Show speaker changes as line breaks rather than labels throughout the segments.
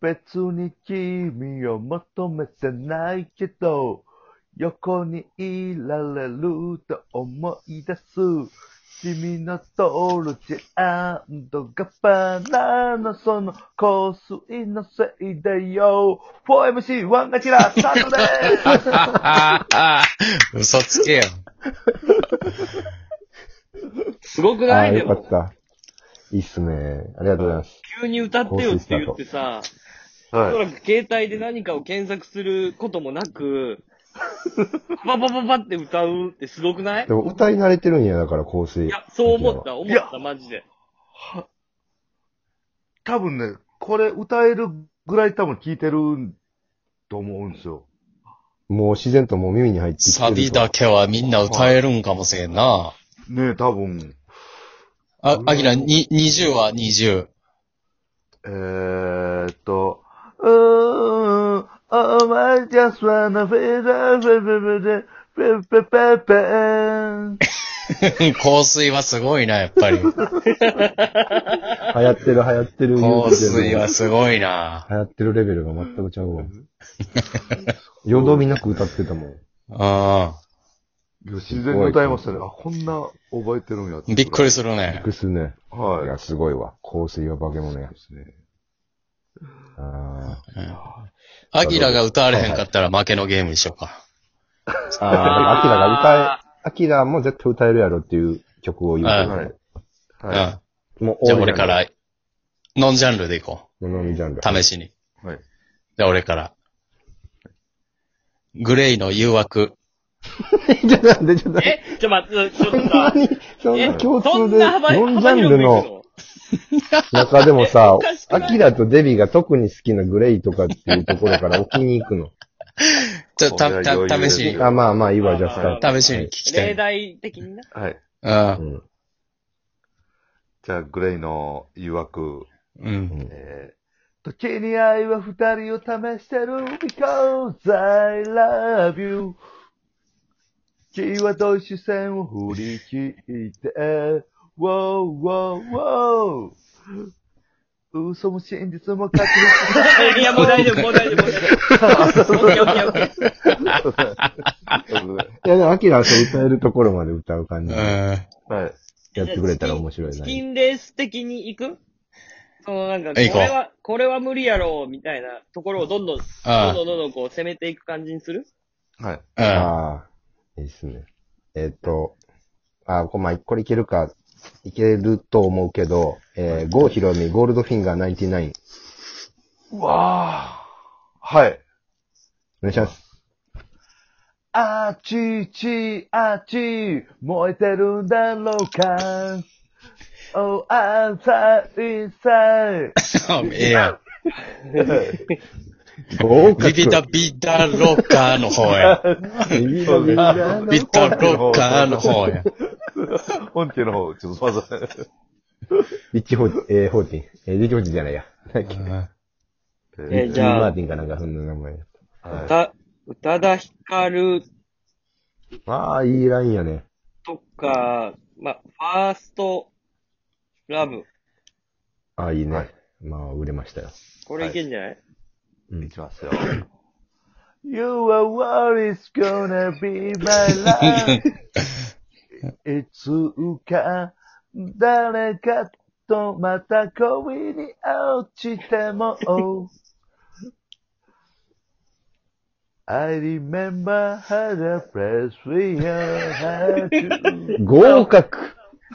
別に君を求めてないけど、横にいられると思い出す。君のドルチアンドガバナのその香水のせいだよ。4MC1 がちら、スタートでーす
嘘つけよ。
すごく
あ
な
あ
い
ー、
で
よか
も
っ、た。いいっすね。ありがとうございます。
急に歌ってよって言ってさ、おそ
は
らく携帯で何かを検索することもなく、パパパパパって歌うってすごくない
い。でも歌い慣れてるんや、だから、香水。
いや、そう思った、思
い
っ
や
た、マジで。
多分ね、これ歌えるぐらい多分聞いてると思うんですよ。
もう自然ともう耳に入ってきてると
サビだけはみんな歌えるんかもしれんな。
ねえ、多分。
あ、アキラ、に、20は20。
えーっと、うーん、お前 just wanna be the, be, be, be, be, be, be, be.
香水はすごいな、やっぱり。
流行ってる流行ってる。
香水は
流
すごいな。
行ってるレベルが全くちゃうわ。よどみなく歌ってたもん。
うん。
自然に歌いましたね。あ、こんな覚えてるんやって。
びっくり
す
するね
く。すね。
る。
い
は
や、
い。
すごいわ。香水は化け物や。
ですね。
あ
アキラが歌われへんかったら負けのゲームにしようか。
ーあー。アキラが歌え、アキラも絶対歌えるやろっていう曲を言う
あ
て
ー
はい。
うん。
は
もう
じゃあ俺か。ら、ノンジャンルでいこ
ものみジャンル。
う。試しに。
い。はい。
じゃあ俺から。グレイの誘惑。
じゃあなんで ちょっと。
えちょ、待って、ちょっ
そ
と
んな
さ、
に、そん
え
な共
そ
通
ん
で、
な幅
ノンジャ
幅
ン
広
ル
くいく
の
の
中でもさ
おかし、く
ア
ない
キラとデビが特に好きなグレイとかっていうところから置きに行くの。
ちょっと
こ
た、
れは余裕
た、
で
試
す
しに。
あ、まあまあ、いいわ、じゃあスタート。
試しに聞きた
例
い。
題的にな。
はい。
うん。
じゃあ、グレイの誘惑。
うん。
えー、時に愛は二人を試してる because I love you 際どい視線を振り切って、wow, wow, wow 嘘も真実も隠し
いや、もう大丈夫、もう大丈夫、もう大 丈夫。オッケーオッケーオッケー。
いや、でも、アキラはそう歌えるところまで歌う感
う
じ
ん。
や
はい。
ってくれたら面白い
チ
な。
キンレース的に行くそのなんか、こ
行
れ
こう
は、これは無理やろ、みたいなところをどんどん、どんどんどんどんこう攻めていく感じにする
はい。
うん。
ああ、いいっすね。えっ、と、あーこまあ、これいけるか、いけると思うけど、えー、ゴーヒロミ、ゴールドフィンガー99。
うわあ。はい。
お願いします。
あっちーちー、あっちー、燃えてるんだろうか ?Oh, I'm sorry, sorry.
ええやん。
豪華
ビビダビダロッカーの方 や。
ビビダビダの
ビダロッカーの方や。
本家の方、ちょっとまず。
リッチホーチ、えー、ホーティン。えー、リッチホーチンじゃないや。リッチ
うん
えーじゃあ
マーティンかなんかそんな名前。
はい
歌、宇多田ヒカル
ああ、いいラインやね。
とか、まあ、ファースト、ラブ。
ああ、いいね。
はい
まあ、売れましたよ。
これいけんじゃない、
うん
いきますよ。You are what is gonna be my life. いつか、誰かとまた恋に落ちても。I remember how to press with your heart.
合格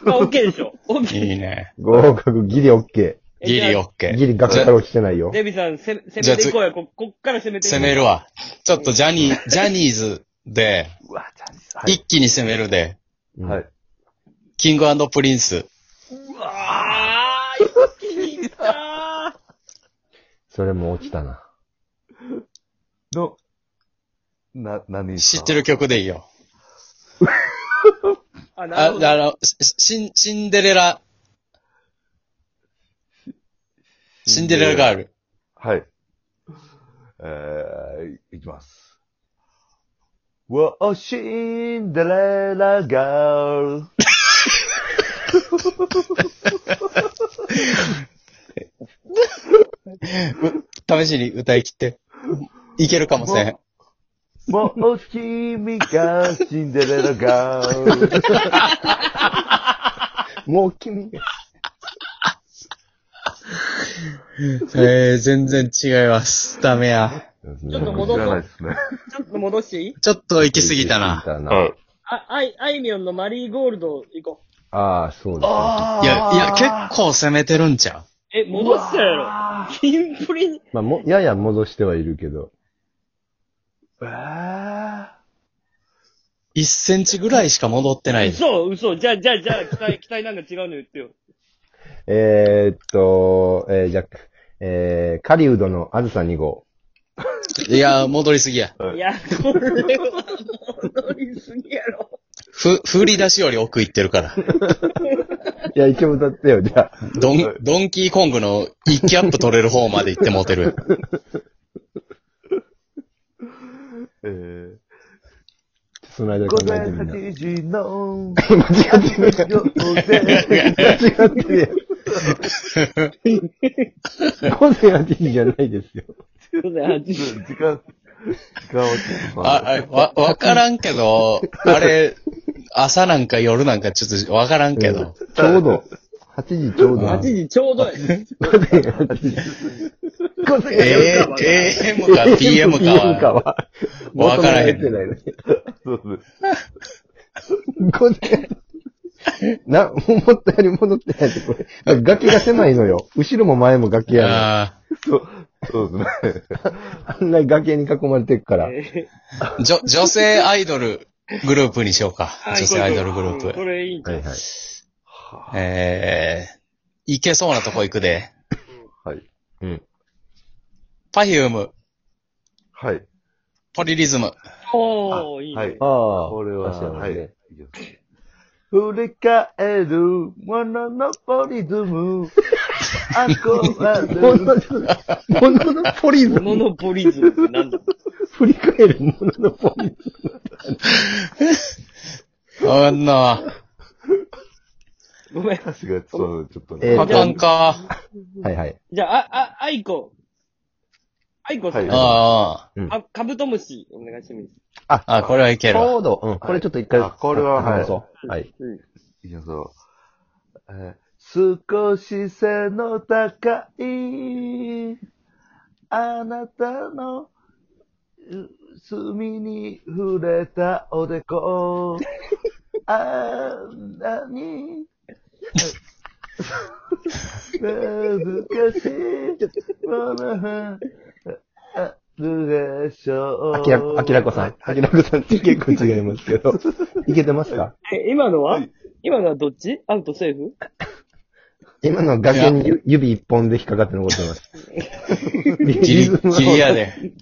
まあ、オッケーでしょオッケー。
いいね。
合格、ギリオッケ
え
ギ
じゃあ
リオッケ
ー。
ー。
ギリ学から落ちてないよ。
デビさん、せ攻めていこうよ。こ、こっから攻めていこう。
攻めるわ。ちょっとジャニー、ジャニーズで、
うわ、チャンス。
一気に攻めるで、
うん
はい。
キングプリンス。
うわあ、一気にいったー
それも落ちたな。
の、な、何です
知
か
ってる曲でいいよ。
あ、な
あ、あ
るほど。
の、しシン、シンデレラ、シンデレラガール。
はい。えー、いきます。我シンデレラガール。
試しに歌い切って。いけるかも せん。
もう君がシンデレラガール。
もう君が、
えー、全然違います。ダメや。
ち
ょっと戻
知
っ
らないですね。
ちょっと戻していい
ちょっと行き過ぎたな。
はい。
あ、あい、あいみょんのマリーゴールド行こう。
ああ、そうです
い
ね。
や、いや、結構攻めてるんちゃ
え、戻したやろ。キンプリに。
まあ、も、やや戻してはいるけど。
う ?1 センチぐらいしか戻って ない。
嘘、嘘。じゃあ、じゃあ、じゃあ、期待、期 待なんか違うの言ってよ。
えー、っと、えー、じゃあ、えー、カリウドのあずさ2号。
いや、戻りすぎや。
いや、これは戻りすぎやろ。
ふ、振り出しより奥行ってるから。
いや、一応歌ってよ、じゃあ。
ドン、ドンキーコングの一キャップ取れる方まで行ってモテる。
えー、
その間
午
考え
前
てみんな。
8時の
間違ってるやん。
夜で、
間違ってるやん。午前8時じゃないですよ。
午前8時。
時間、時間落ちてしまう。
あ、あわ、わからんけど、あれ、朝なんか夜なんかちょっとわからんけ ど。
ちょうど。8時ちょうど。
8時ちょうどやね。
午前8時。午前
えー、AM か PM
か
かは。
は。
わからへん
求められて
そうです。
ないのに。午前な、思ったより戻ってないって、これ。楽器が狭いのよ。後ろも前も楽器やの。
あ
そう、そうですね。
あんなに崖に囲まれてるから。
え
ーじょ、女性アイドルグループにしようか。
ー
女性アイドルグル
うん
ー
こ
プ。
れいいんちゃう
はいはい。
えー、いけそうなとこ行くで。
はい。
うん。
Perfume、
はい。
ポリリズム。
おー、いいね。
はい。
ああ。
これは
あー
はい
ね。
振り返るもののポリズム。
も
憧
の
れる。
の、もののポリズ
モ
ム。
ノポリズムってなんだ
振り返るもののポリズ
あんな、
ごめん。
歌詞がそう、ちょっとね。
えー
あかんか。
ム。はいはい。
じゃあ、あ、あ、アイコ。アイコさん。
はい
あ
あ、カブトムシ、お願いします。
あ、あ、これはいけ
ち
るわ。
ょうど、うん。これちょっと一回。
あこれははい
話そう。はい。
うん。
いや、そう。えー少し背の高い、あなたの、う墨に触れたおでこ、あんなに、難しいものがあるでしょう。
あきら、あきらこさん。あきらこさんって結構違いますけ ど。いけてますか
え、今のは今のはどっちアウトセーフ
今の崖に指指一本で引っかかって残ってます。
ギ
リ
リ、ギリや。で。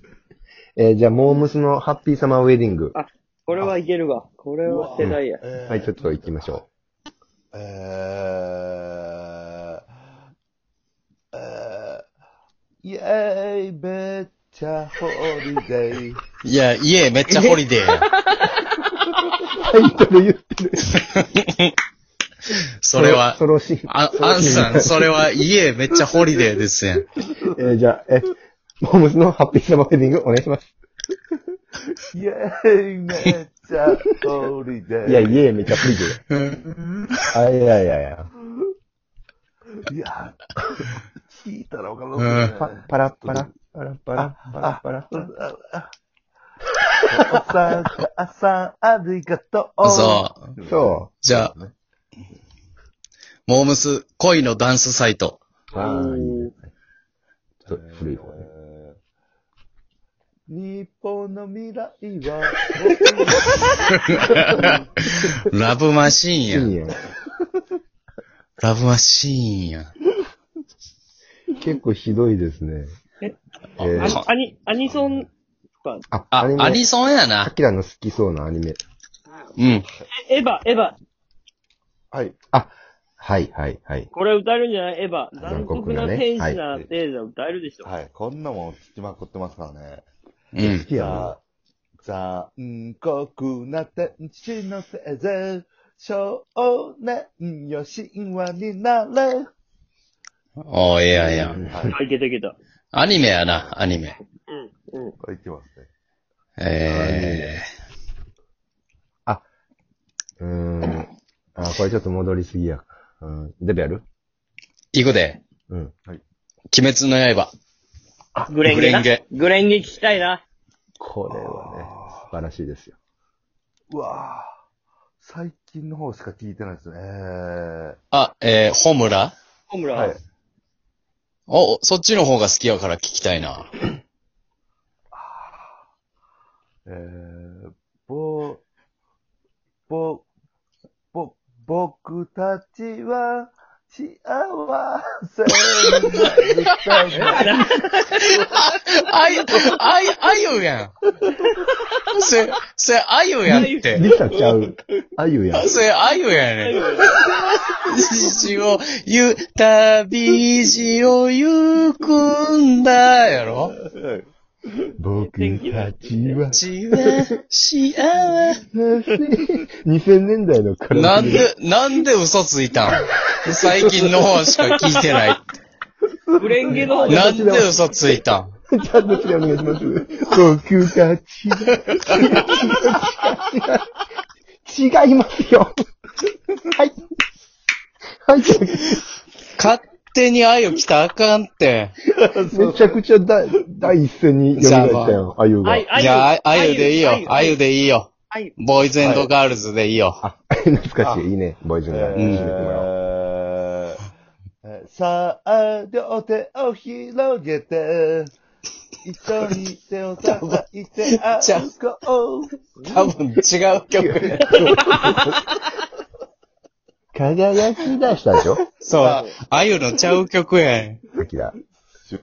えーじゃあ、モームスのハッピーサマーウェディング。
これはいけるわ。これは世代や。
はい、ちょっと行きましょ
えー、えー、イェーイ、めっちゃホリデー。
いや、家めっちゃホリデーや。
う。タイトル言ってる。
それは
そ、ろしい。
あ、アンさん、それは家めっちゃホリデーですやん。
えーじゃあ、え、モームスのハッピーサマーウェディングお願いします。
イェーイ、めっちゃホリデー。
いや、家めちゃフリーで。あ、いやいやいや。
いや、聞いたらわかる
パ
ね。
パラッパラ、パラッパラ、パラッパラ。
おさん、母さん、ありがとう。
そう。
そ
じゃあ、モームス、恋のダンスサイト。
う。ああ、いいね。ちょっと古い方ね。
日本の未来は、
ラブマシーンや
い
ん。
いやん。
ラブマシーンやん。
結構ひどいですね。え
あ
ー
か
アニ、アニソンか。
あ、ア
あ
ニ、メ。
アニソンや
ア
な。
キラの好きそうなアニメ。
うん。
えエヴァ、エヴァ。
はい。
あ、はい、はい、はい。
これ歌えるんじゃないエヴァ。
残
残
酷
酷
な
な
ね
天使なテーザ歌えるでしょ。
はい。こんなもん聞きまくってますからね。
うん。
いや、
残酷な天使のせいぜ少年よ神話になれ。
おー、ええやんやん。
あ、いけたいけた。
アニメやな、アニメ。
うん。うん。
あ、いきますね。
え
うーん。あ、これちょっと戻りすぎや。うん。デビやる
ー、行くで。
うん。
鬼滅の刃。
グレンゲな。
グレン
グレンゲ聞きたいな。
これはね、素晴らしいですよ。
うわぁ。最近の方しか聞いてないですね。えー
あ、えー、ホムラ
ホムラ。
はい。
お、そっちの方が好きやから聞きたいな。
えー、ぼ、ぼ、ぼ、僕たちは幸せになるた め。
あゆ、あゆ、あゆやん。それ、それ、あゆやって。
リサちゃう。あゆやん。
それ、あゆやねん。虹をゆ、旅路を行くんだ、やろ
僕たちは。
ちは、しあわ。
2000年代のカラ
な
オケ
んで、なんで嘘ついたん最近の方しか聞いてない。
グレンゲの方が
なんで嘘ついたん
ちゃんとしてお願いします。僕たちは。違いますよ。はい。はい。
勝手にあゆ来たらあかんって。
めちゃくちゃだ第一線に読み出したよ、あゆが。
あ
じゃあ、あゆでいいよ。あゆ。でいいよ。
あゆ。
ボーイズガールズでいいよ。
あ、 懐かしい。いいね、ボイジュ
え
ンが。
ーえーさあ、両手を広げて、一緒に手を叩いて歩こう。
多分違う曲。
輝き出したでしょ
そう。あゆのちゃう曲やん。
さっきだ。